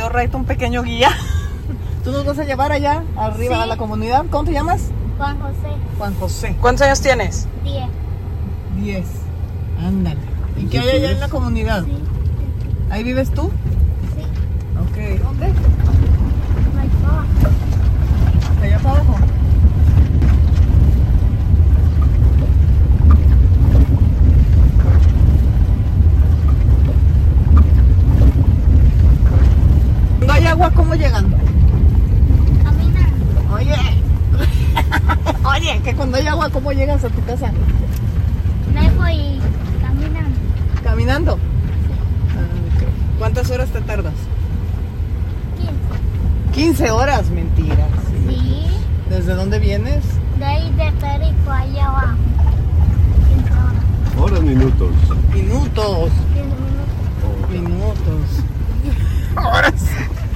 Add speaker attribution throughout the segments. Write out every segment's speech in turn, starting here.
Speaker 1: correcto, un pequeño guía. Tú nos vas a llevar allá, arriba,
Speaker 2: Sí.
Speaker 1: a la comunidad. ¿Cómo te llamas?
Speaker 2: Juan José,
Speaker 1: Juan José.
Speaker 3: ¿Cuántos años tienes?
Speaker 2: 10.
Speaker 1: 10. Ándale. ¿Y qué hay allá en la comunidad?
Speaker 2: Sí,
Speaker 1: ¿Ahí vives tú?
Speaker 2: sí,
Speaker 1: Ok. ¿Dónde?
Speaker 2: my God.
Speaker 1: Allá para abajo. No hay agua, ¿cómo llegando?
Speaker 2: Camina.
Speaker 1: Oye. Oye, que cuando hay agua, ¿cómo llegas a tu casa?
Speaker 2: Me voy caminando.
Speaker 1: ¿Caminando? Ah, ok. ¿Cuántas horas te tardas?
Speaker 2: 15.
Speaker 1: 15 horas, mentiras.
Speaker 2: Sí,
Speaker 1: ¿Desde dónde vienes?
Speaker 2: de ahí de Perico allá abajo. 15 horas.
Speaker 4: Horas, minutos.
Speaker 1: Minutos.
Speaker 2: 15 minutos.
Speaker 1: Minutos. Horas.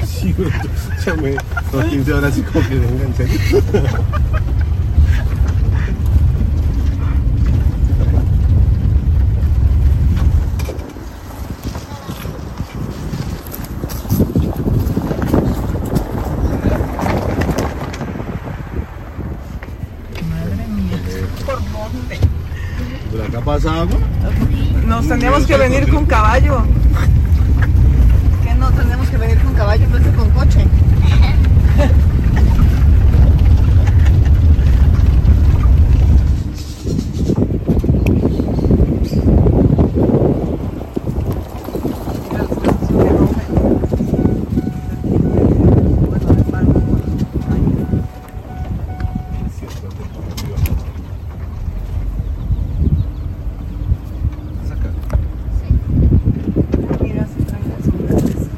Speaker 4: Sí, ya me. Son 15 horas y como que me enganché.
Speaker 1: Madre mía. ¿Por dónde?
Speaker 4: ¿Por acá pasa agua?
Speaker 3: Nos teníamos que venir con caballo.
Speaker 1: Que no tenemos que venir con caballo en vez de con coche. Mira, se traen las mujeres.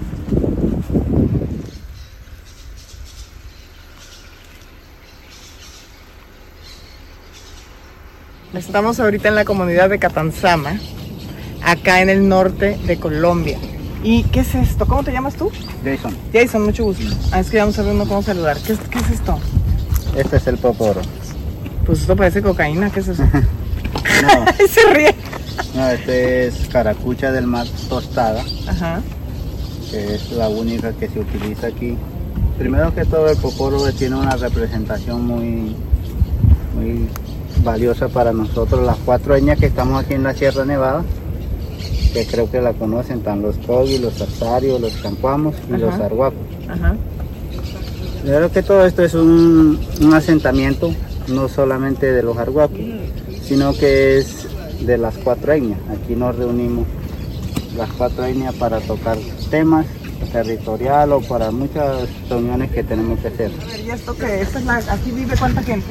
Speaker 1: Estamos ahorita en la comunidad de Catanzama, acá en el norte de Colombia. ¿Y qué es esto? ¿Cómo te llamas tú?
Speaker 5: Jason,
Speaker 1: Jason, mucho gusto. Ah, es que ya no sabemos cómo saludar. ¿Qué, es- qué es esto?
Speaker 5: este es el poporo.
Speaker 1: Pues esto parece cocaína, ¿qué es eso?
Speaker 5: No,
Speaker 1: Se ríe.
Speaker 5: no, este es caracucha del mar tostada,
Speaker 1: Ajá.
Speaker 5: que es la única que se utiliza aquí. Primero que todo, el poporo tiene una representación muy, muy valiosa para nosotros. Las cuatro etnias que estamos aquí en la Sierra Nevada, que creo que la conocen, están los Kogi, los Azarios, los Campamos y los
Speaker 1: Ajá.
Speaker 5: Arhuacos.
Speaker 1: Ajá.
Speaker 5: Primero que todo esto es un, un asentamiento, no solamente de los arhuacos, sino que es de las cuatro etnias. Aquí nos reunimos las cuatro etnias para tocar temas territorial o para muchas reuniones que tenemos que hacer.
Speaker 1: A ver, ¿y esto qué? Esta es la... ¿Aquí vive cuánta gente?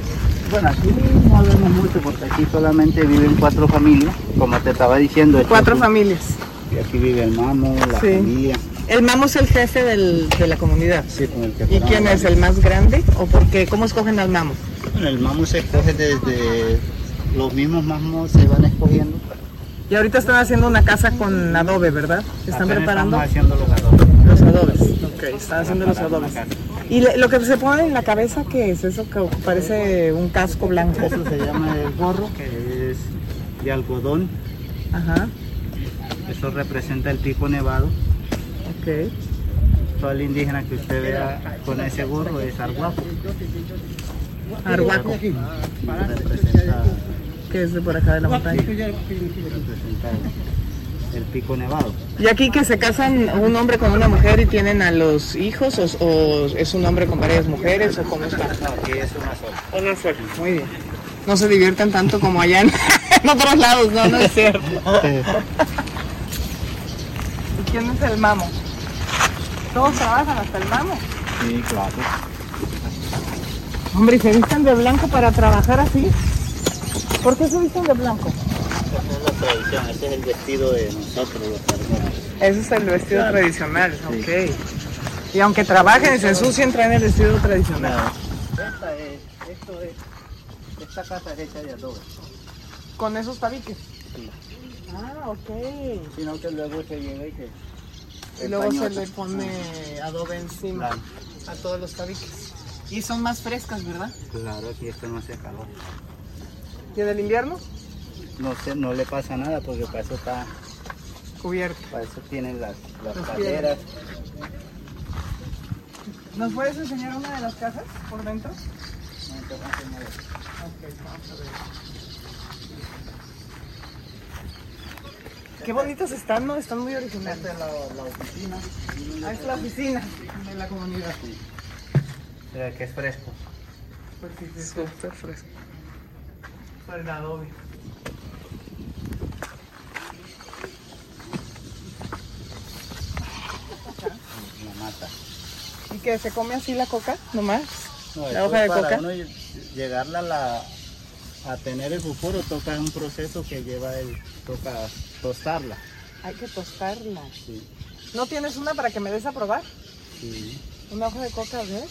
Speaker 5: Bueno, aquí no vemos mucho porque aquí solamente viven cuatro familias, como te estaba diciendo. esto
Speaker 1: Cuatro
Speaker 5: es un-
Speaker 1: familias.
Speaker 5: y Aquí vive el mamo, la
Speaker 1: Sí.
Speaker 5: familia.
Speaker 1: El mamo es el jefe del- de la comunidad.
Speaker 5: Sí, con el que
Speaker 1: ¿Y
Speaker 5: fueron
Speaker 1: quién es?
Speaker 5: varios.
Speaker 1: ¿El más grande? ¿O por qué? ¿Cómo escogen al mamo?
Speaker 5: Bueno, el mamo se escoge desde... Los mismos mamos se van escogiendo
Speaker 1: Y ahorita están haciendo una casa con adobe, ¿verdad? Están
Speaker 5: Apenas
Speaker 1: preparando
Speaker 5: Estamos haciendo los adobes.
Speaker 1: los adobes. Ok, están haciendo los
Speaker 5: Preparando
Speaker 1: adobes.
Speaker 5: la casa.
Speaker 1: ¿Y le- lo que se pone en la cabeza qué es? Eso que parece un casco blanco.
Speaker 5: Eso se llama el gorro, que es de algodón.
Speaker 1: Ajá,
Speaker 5: Eso representa el tipo nevado.
Speaker 1: ok.
Speaker 5: Todo el indígena que usted vea con ese gorro es arhuaco.
Speaker 1: Arhuaco,
Speaker 5: Representa,
Speaker 1: que es de por acá de la montaña.
Speaker 5: representa el pico nevado.
Speaker 1: ¿Y aquí que se casan un hombre con una mujer y tienen a los hijos? ¿O, o es un hombre con varias mujeres? ¿O cómo está?
Speaker 5: No, aquí es una sola.
Speaker 1: Una sola. Muy bien. No se divierten tanto como allá en, en otros lados, no, no es cierto. ¿Y quién es el mamo? Todos trabajan hasta el mamo.
Speaker 5: Sí, claro.
Speaker 1: Hombre, ¿y se visten de blanco para trabajar así? ¿Por qué se visten de blanco?
Speaker 5: Esa es la tradición, ese es el vestido de nosotros los arhuacos.
Speaker 1: Ese es el vestido tradicional, ok. Y aunque trabajen y se ensucien, traen el vestido tradicional.
Speaker 5: Esta es, esto es, esta casa es hecha de adobe.
Speaker 1: Con esos tabiques.
Speaker 5: Sí.
Speaker 1: Ah, ok.
Speaker 5: Sino que luego se viene que...
Speaker 1: Y
Speaker 5: el
Speaker 1: luego se
Speaker 5: pañuelo.
Speaker 1: le pone adobe encima
Speaker 5: Ah, Claro.
Speaker 1: a todos los tabiques. Y son más frescas, ¿verdad?
Speaker 5: Claro, aquí esto no hace calor.
Speaker 1: ¿Y en el invierno?
Speaker 5: No sé, no le pasa nada porque para eso está,
Speaker 1: Cubierto.
Speaker 5: para eso tienen las, las
Speaker 1: Las
Speaker 5: caderas.
Speaker 1: ¿Nos puedes enseñar una de las casas por dentro? Qué bonitos están, ¿no? Están muy originales.
Speaker 5: Esta es la, la oficina.
Speaker 1: Ah, es la oficina de la comunidad.
Speaker 5: Mira que es fresco.
Speaker 1: Porque es súper fresco. Por el adobe.
Speaker 5: La mata.
Speaker 1: ¿Y que se come así la coca nomás?
Speaker 5: No,
Speaker 1: La
Speaker 5: eso
Speaker 1: hoja de
Speaker 5: para
Speaker 1: coca.
Speaker 5: uno ll- llegarla a, la- a tener el futuro toca un proceso que lleva el toca tostarla.
Speaker 1: Hay que tostarla.
Speaker 5: Sí,
Speaker 1: ¿No tienes una para que me des a probar?
Speaker 5: sí,
Speaker 1: Una hoja de coca, ¿ves?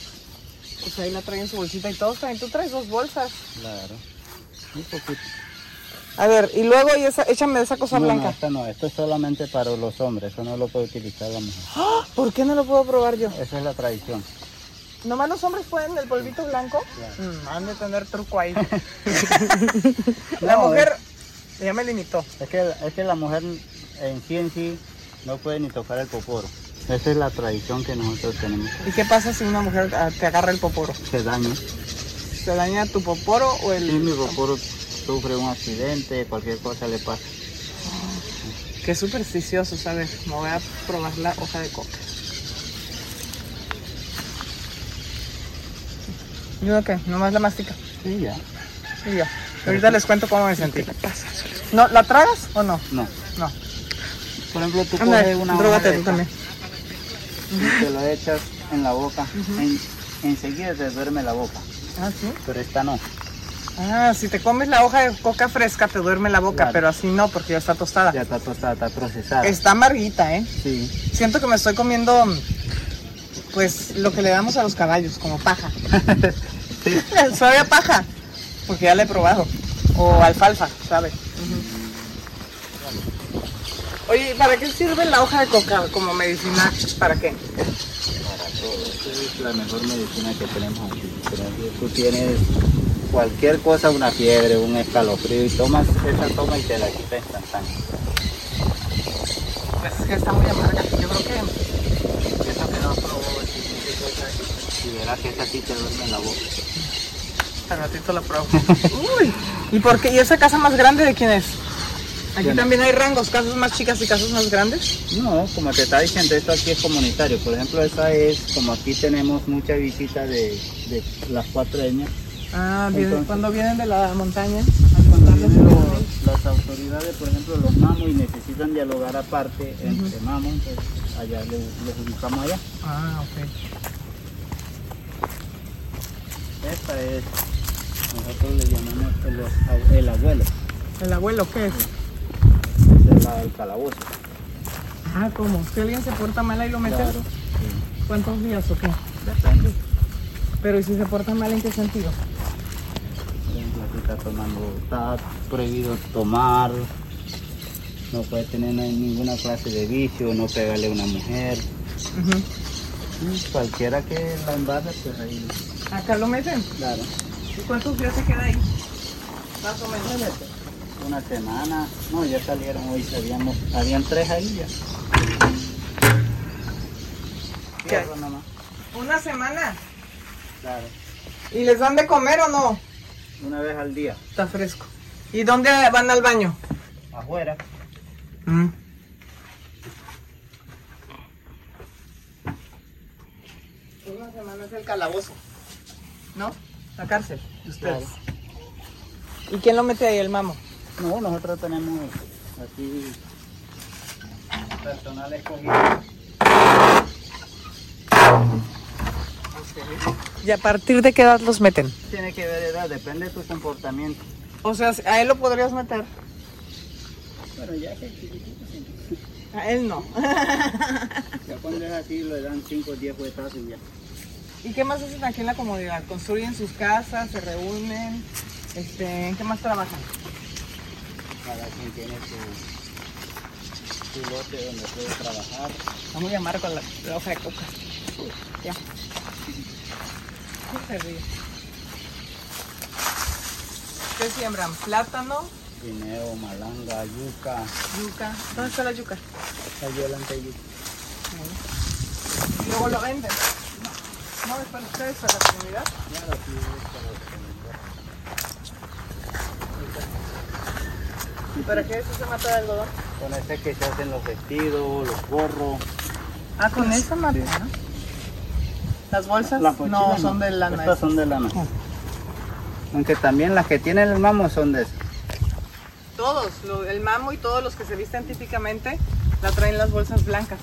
Speaker 1: Pues ahí la traen su bolsita y todos traen. Tú traes dos bolsas.
Speaker 5: claro. Un poquito.
Speaker 1: A ver, y luego y esa, échame esa cosa
Speaker 5: no, no,
Speaker 1: blanca.
Speaker 5: esta no, esto es solamente para los hombres, eso no lo puede utilizar la mujer.
Speaker 1: ¡Ah! ¿Por qué no lo puedo probar yo?
Speaker 5: Esa es la tradición.
Speaker 1: ¿Nomás los hombres pueden el polvito blanco?
Speaker 5: Claro.
Speaker 1: Mm, han de tener truco ahí. la mujer
Speaker 5: eh.
Speaker 1: ya me limitó.
Speaker 5: Es que, es que la mujer en sí en sí no puede ni tocar el poporo. Esa es la tradición que nosotros tenemos.
Speaker 1: ¿Y qué pasa si una mujer ah, te agarra el poporo?
Speaker 5: Se daña.
Speaker 1: ¿Se daña tu poporo o el...?
Speaker 5: Si mi poporo sufre un accidente, cualquier cosa le pasa.
Speaker 1: Qué supersticioso, ¿sabes? Me voy a probar la hoja de coca. ¿Y uno qué? Nomás la mastica.
Speaker 5: Sí, ya.
Speaker 1: Y yo. Ahorita les cuento cómo me sentí. ¿No, ¿La tragas o no?
Speaker 5: No.
Speaker 1: No.
Speaker 5: Por ejemplo, tú
Speaker 1: Anda,
Speaker 5: coges una
Speaker 1: drogate
Speaker 5: hoja
Speaker 1: tú
Speaker 5: de
Speaker 1: también.
Speaker 5: y te lo echas en la boca. En- enseguida te duerme la boca,
Speaker 1: Ah, sí.
Speaker 5: pero esta no.
Speaker 1: Ah, si te comes la hoja de coca fresca te duerme la boca,
Speaker 5: Claro.
Speaker 1: pero así no, porque ya está tostada.
Speaker 5: Ya está tostada, está procesada.
Speaker 1: Está amarguita, ¿eh?
Speaker 5: Sí.
Speaker 1: Siento que me estoy comiendo, pues, lo que le damos a los caballos, como paja. Sabe a paja, porque ya la he probado. O alfalfa, ¿sabe? Oye, ¿y ¿para qué sirve la hoja de coca como medicinal? ¿Para qué?
Speaker 5: Para todo. Esa es la mejor medicina que tenemos aquí. Por ejemplo, tú tienes cualquier cosa, una fiebre, un escalofrío, y tomas esa toma y te la quitas instantánea.
Speaker 1: Pues es que está muy amarga. Yo creo que
Speaker 5: Esa que no probó, el científico esa, y verás que esa sí te duerme la boca.
Speaker 1: al ratito la pruebo. Uy, ¿y por qué? ¿Y esa casa más grande de quién es? Aquí
Speaker 5: Yo no.
Speaker 1: también hay rangos, casas más chicas y casas más grandes.
Speaker 5: No, como te estaba diciendo, esto aquí es comunitario. Por ejemplo, esa es, como aquí tenemos mucha visita de, de las cuatro etnias.
Speaker 1: Ah,
Speaker 5: vienen- Entonces-
Speaker 1: cuando vienen de la montaña,
Speaker 5: Los- Las autoridades, por ejemplo, los mamos, y necesitan dialogar aparte entre mamos, entonces allá los, los ubicamos allá.
Speaker 1: Ah, ok.
Speaker 5: Esta es, nosotros le llamamos el, au- el abuelo,
Speaker 1: ¿El abuelo qué es?
Speaker 5: esa es la del calabozo.
Speaker 1: Ah, ¿cómo? Si alguien se porta mal ahí lo meten,
Speaker 5: Claro, sí.
Speaker 1: ¿cuántos días o qué?
Speaker 5: Depende.
Speaker 1: Pero ¿y si se porta mal en qué sentido?
Speaker 5: Por ejemplo, aquí está tomando, está prohibido tomar, no puede tener ni- ninguna clase de vicio, no pegarle a una mujer. Y Cualquiera que la embarre, pues ahí,
Speaker 1: Acá lo meten.
Speaker 5: claro.
Speaker 1: ¿Y cuántos días se queda ahí? Más o menos.
Speaker 5: Una semana, no, ya salieron hoy, habíamos, habían tres ahí ya.
Speaker 1: ¿Qué?
Speaker 5: Cuatro nomás,
Speaker 1: Una semana.
Speaker 5: Claro,
Speaker 1: ¿Y les dan de comer o no?
Speaker 5: una vez al día,
Speaker 1: Está fresco. ¿Y dónde van al baño?
Speaker 5: afuera.
Speaker 1: Una semana es el calabozo. ¿No? La cárcel. de Ustedes. ¿Y quién lo mete ahí, el mamo?
Speaker 5: No, nosotros tenemos aquí personal escogido.
Speaker 1: ¿Y a partir de qué edad los meten?
Speaker 5: Tiene que ver edad, depende de tu comportamiento.
Speaker 1: O sea, a él lo podrías meter.
Speaker 5: Pero ya que chiquitito, sí.
Speaker 1: A él no.
Speaker 5: ya cuando es así le dan 5 o 10 vueltas y ya.
Speaker 1: ¿Y qué más hacen aquí en la comunidad? Construyen sus casas, se reúnen, este, ¿en qué más trabajan?
Speaker 5: Cada quien tiene su, su lote donde puede trabajar.
Speaker 1: Está muy amargo la, la hoja de coca. Ya. No se ríe. ¿Qué siembran? Plátano,
Speaker 5: Guineo, malanga, yuca,
Speaker 1: yuca. ¿Dónde está la yuca?
Speaker 5: adelante yuca.
Speaker 1: Y luego lo venden.
Speaker 3: No, es para ustedes, para la comunidad. ¿Y para qué eso se mata de algodón?
Speaker 5: Con este que se hacen los vestidos, los gorros.
Speaker 1: Ah, con esa mata. ¿no? Las bolsas
Speaker 5: Las mochilas
Speaker 1: no son de lana.
Speaker 5: Estas son de lana. Aunque también las que tienen el mamo son de esas.
Speaker 3: Todos, lo- el mamo y todos los que se visten típicamente la traen las bolsas blancas.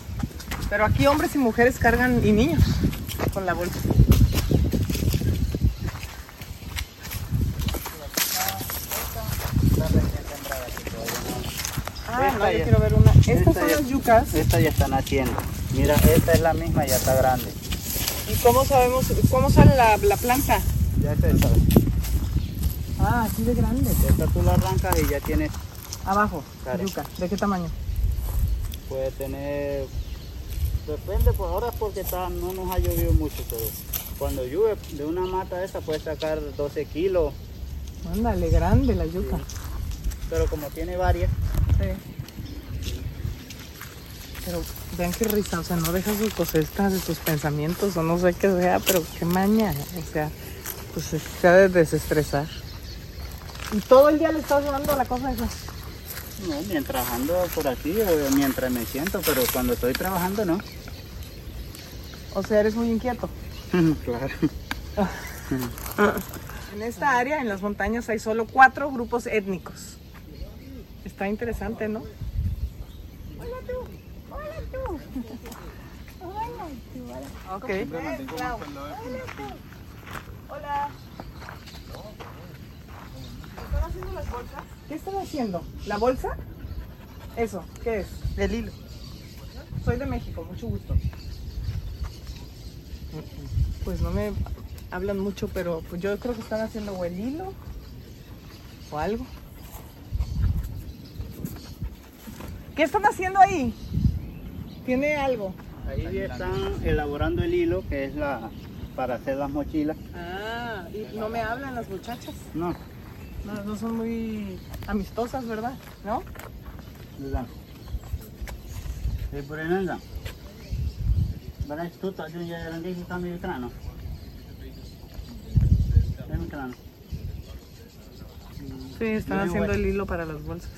Speaker 1: Pero aquí hombres y mujeres cargan y niños con la bolsa. Ah,
Speaker 5: Esta
Speaker 1: no, yo
Speaker 5: ya.
Speaker 1: quiero ver una. Estas
Speaker 5: Esta
Speaker 1: son
Speaker 5: ya.
Speaker 1: las yucas.
Speaker 5: Estas ya están haciendo. Mira, esta es la misma, ya está grande.
Speaker 1: ¿Y cómo sabemos cómo sale la, la planta?
Speaker 5: Ya se sabe.
Speaker 1: Ah, así de grande.
Speaker 5: Esta tú la arrancas y ya tienes,
Speaker 1: Abajo,
Speaker 5: Claro.
Speaker 1: yuca. ¿De qué tamaño?
Speaker 5: puede tener, depende, por ahora es porque está, no nos ha llovido mucho, pero cuando llueve de una mata de esa puedes sacar 12 kilos,
Speaker 1: Ándale, grande la yuca.
Speaker 5: pero como tiene varias,
Speaker 1: Pero vean qué risa, o sea, no deja sus cosestas de sus pensamientos, o no sé qué sea, pero qué maña. O sea, pues es- se ha de desestresar. Y todo el día le estás dando la cosa esa.
Speaker 5: no, mientras ando por aquí o mientras me siento, pero cuando estoy trabajando no.
Speaker 1: O sea, eres muy inquieto.
Speaker 5: claro.
Speaker 1: En esta área, en las montañas, hay solo cuatro grupos étnicos. Está interesante, ¿no? Ok. ¿Qué están haciendo? ¿La bolsa? Eso, ¿qué es? Del hilo. Soy de México, mucho gusto. Pues no me hablan mucho, pero pues yo creo que están haciendo o el hilo o algo. ¿Qué están haciendo ahí? ¿Tiene algo?
Speaker 5: Ahí están elaborando el hilo que es la para hacer las mochilas.
Speaker 1: Ah, y no me hablan las muchachas.
Speaker 5: No,
Speaker 1: No, no son muy amistosas, ¿verdad? ¿No?
Speaker 5: ¿verdad? Sí, por ahí no andan. ¿Verdad? Tú estás yo ya grande y está medio crano. Es un crano.
Speaker 1: Sí, están
Speaker 5: Muy
Speaker 1: haciendo
Speaker 5: bueno.
Speaker 1: el hilo para las bolsas.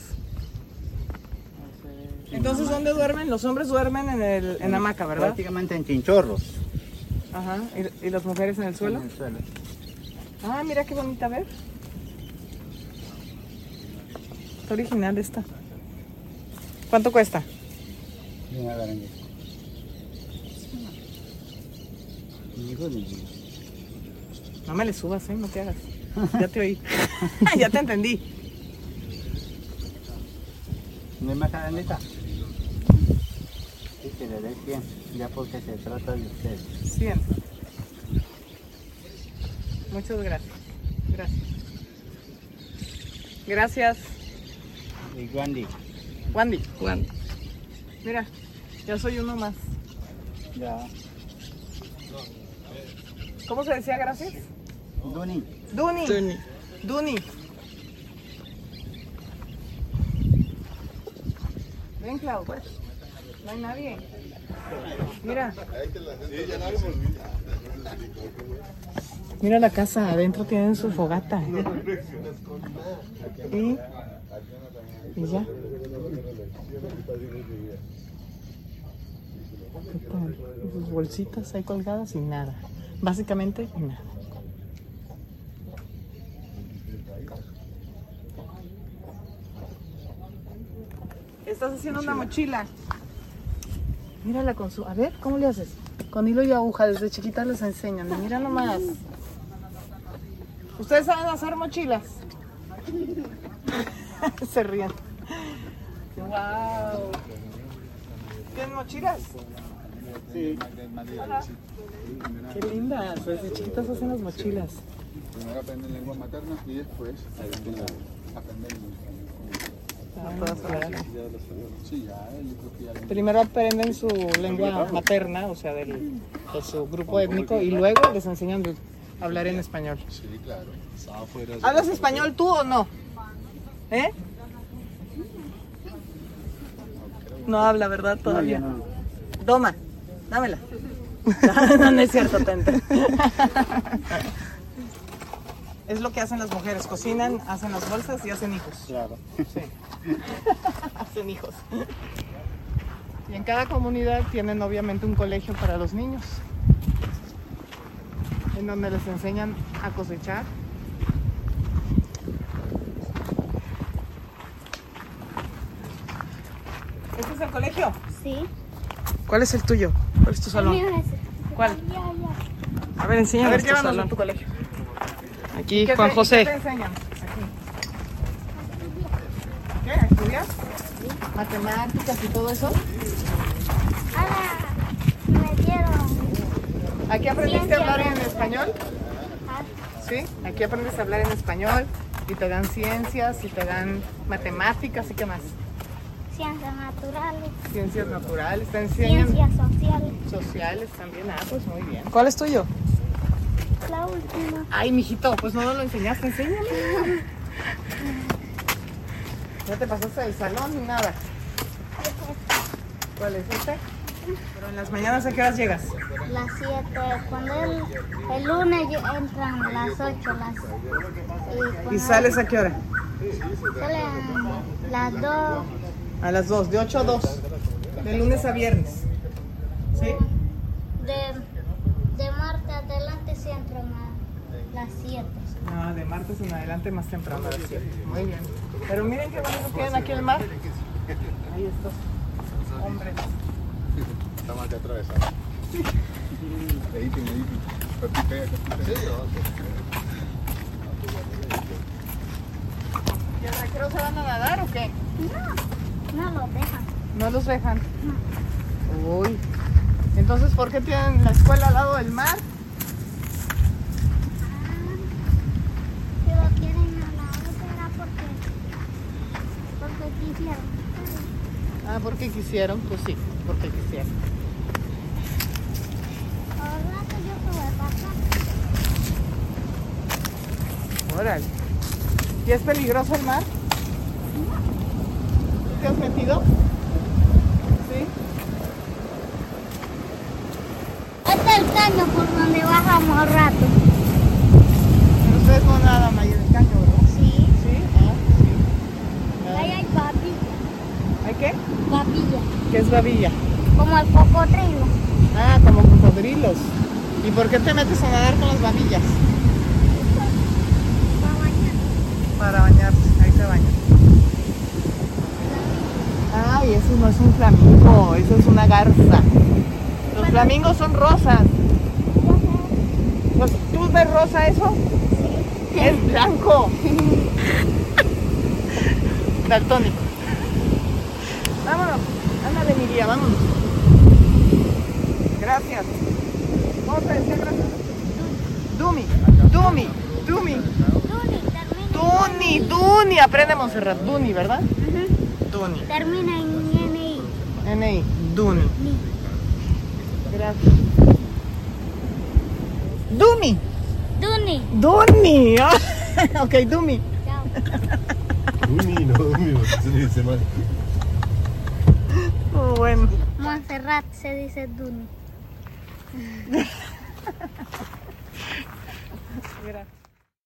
Speaker 1: Entonces, ¿dónde duermen? Los hombres duermen en, el, en hamaca, ¿verdad?
Speaker 5: Prácticamente en chinchorros.
Speaker 1: Ajá. ¿Y, y las mujeres en el suelo?
Speaker 5: En el suelo.
Speaker 1: Ah, mira qué bonita, a ver. Está original esta. ¿Cuánto cuesta?
Speaker 5: Mira, grande. Hijo de Dios.
Speaker 1: No me le subas, ¿eh? No te hagas. Ya te oí. ya te entendí.
Speaker 5: ¿No hay más cadenita? Sí, que le dé 100, ya porque se trata de usted.
Speaker 1: 100. Muchas gracias. Gracias. Gracias,
Speaker 5: Y Gandhi,
Speaker 1: Wandy. Mira, ya soy uno más.
Speaker 5: ya.
Speaker 1: ¿Cómo se decía gracias?
Speaker 5: Duni,
Speaker 1: Duni. Duni. Ven, Clau. pues. No hay nadie. Mira. Mira la casa, adentro tienen su fogata. Y, y ya. ¿Qué tal? Y Sus bolsitas ahí colgadas y nada. Básicamente nada.
Speaker 3: Estás haciendo una mochila.
Speaker 1: Mírala con su. A ver, ¿cómo le haces? Con hilo y aguja, desde chiquitas les enseñan. Mira nomás. ¿Ustedes saben hacer mochilas? Se ríen. ¡Wow! ¿Tienen mochilas?
Speaker 5: Sí.
Speaker 1: ¡Qué lindas! Desde chiquitas hacen las mochilas.
Speaker 4: Primero aprenden lengua materna y después aprenden Sí, ya, yo creo que ya
Speaker 1: Primero aprenden su lengua materna, o sea, del- de su grupo étnico, y luego les enseñan a hablar en español.
Speaker 4: Sí, claro. Estaba afuera.
Speaker 1: ¿Hablas español tú o no? ¿Eh? No habla, ¿verdad?
Speaker 5: No, ya
Speaker 1: Todavía.
Speaker 5: no.
Speaker 1: Toma, dámela.
Speaker 3: no, no es cierto, Tente.
Speaker 1: Es lo que hacen las mujeres, cocinan, hacen las bolsas y hacen hijos.
Speaker 5: Claro.
Speaker 1: Hacen hijos. Y en cada comunidad tienen obviamente un colegio para los niños, en donde les enseñan a cosechar. Este es el colegio.
Speaker 2: Sí.
Speaker 1: ¿Cuál es el tuyo? ¿Cuál es tu salón?
Speaker 2: Mira ese.
Speaker 1: ¿Cuál?
Speaker 2: Ya, ya.
Speaker 3: A ver,
Speaker 1: A
Speaker 3: enséñanos
Speaker 1: ver,
Speaker 3: tu
Speaker 1: llévanos a
Speaker 3: salón.
Speaker 1: tu colegio.
Speaker 3: Aquí,
Speaker 1: ¿Qué te-
Speaker 3: Juan
Speaker 1: ¿Qué te
Speaker 3: José.
Speaker 1: enseñan? Aquí. ¿Qué? ¿A estudiar? ¿Matemáticas y todo eso?
Speaker 2: Ahora me dieron.
Speaker 1: ¿Aquí aprendiste a hablar en
Speaker 2: Ciencias.
Speaker 1: español?
Speaker 2: Ah,
Speaker 1: Sí, aquí aprendes a hablar en español y te dan ciencias y te dan matemáticas y qué más.
Speaker 2: Ciencias naturales.
Speaker 1: Ciencias naturales, te enseñan
Speaker 2: Ciencias sociales.
Speaker 1: sociales también. Ah, pues muy bien.
Speaker 3: ¿Cuál es tuyo?
Speaker 2: La última.
Speaker 1: Ay, mijito, pues no nos lo enseñaste, enséñame. No te pasaste del salón ni nada. ¿Cuál es este? Pero en las mañanas a qué horas llegas?
Speaker 2: Las 7. Cuando el, el lunes yo- entran a las 8. Las,
Speaker 1: ¿Y sales a qué hora?
Speaker 2: Salen las 2.
Speaker 1: A las 2, de 8 a 2. De lunes a viernes. ¿Sí?
Speaker 2: De, de Marte adelante se entran a las 7.
Speaker 1: Ah, de martes en adelante más temprano a las 7. Muy bien. Pero miren qué bonito tienen aquí el mar. Ahí estos hombres.
Speaker 4: Está más que atravesado. Editen, editen. Copy, pega, copy, pega.
Speaker 1: ¿Y al recreo se van a nadar o qué?
Speaker 2: No lo dejan.
Speaker 1: No los dejan. Uy. Entonces, ¿por qué tienen la escuela al lado del mar?
Speaker 2: Pero quieren Ah, a la otra porque, porque quisieron.
Speaker 1: Ah, porque quisieron. Pues sí, porque quisieron.
Speaker 2: "Ah, Ahora que yo te voy a pasar.
Speaker 1: Órale. ¿Y es peligroso el mar? ¿Tú ¿Te has metido? Sí.
Speaker 2: Este es el caño por donde bajamos rato.
Speaker 1: Pero ustedes no nadan ahí en el caño, ¿verdad?
Speaker 2: Sí.
Speaker 1: Sí. Ah,
Speaker 2: Ahí
Speaker 1: sí.
Speaker 2: hay papilla.
Speaker 1: Ah. ¿Hay qué?
Speaker 2: Papilla.
Speaker 1: ¿Qué es babilla?
Speaker 2: Como el cocodrilo.
Speaker 1: Ah, como cocodrilos. ¿Y por qué te metes a nadar con las babillas?
Speaker 2: Para bañar.
Speaker 1: Para bañarse, ahí se baña. Ay, eso no es un flamingo, eso es una garza. Los flamingos son rosas. Pues, ¿Tú ves rosa eso? Es blanco. Daltónico. Vámonos. Ándale, mi guía, vámonos. Gracias. ¿Cómo te decía gracias? Dumi, Dumi, Dumi.
Speaker 2: Duni, termina.
Speaker 1: Duni, Duni. Aprende Monserrat. Duni, ¿verdad?
Speaker 2: Ujú.
Speaker 1: Duni.
Speaker 2: Termina en NI.
Speaker 1: NI, Duni.
Speaker 2: Ni.
Speaker 1: Gracias. Dumi.
Speaker 2: Duni.
Speaker 1: Duni. ok, Dumi.
Speaker 2: Chao.
Speaker 4: Dumi, no, Dumi, porque se le dice mal.
Speaker 1: Oh, bueno.
Speaker 2: Montserrat se dice Duni.
Speaker 1: Gracias.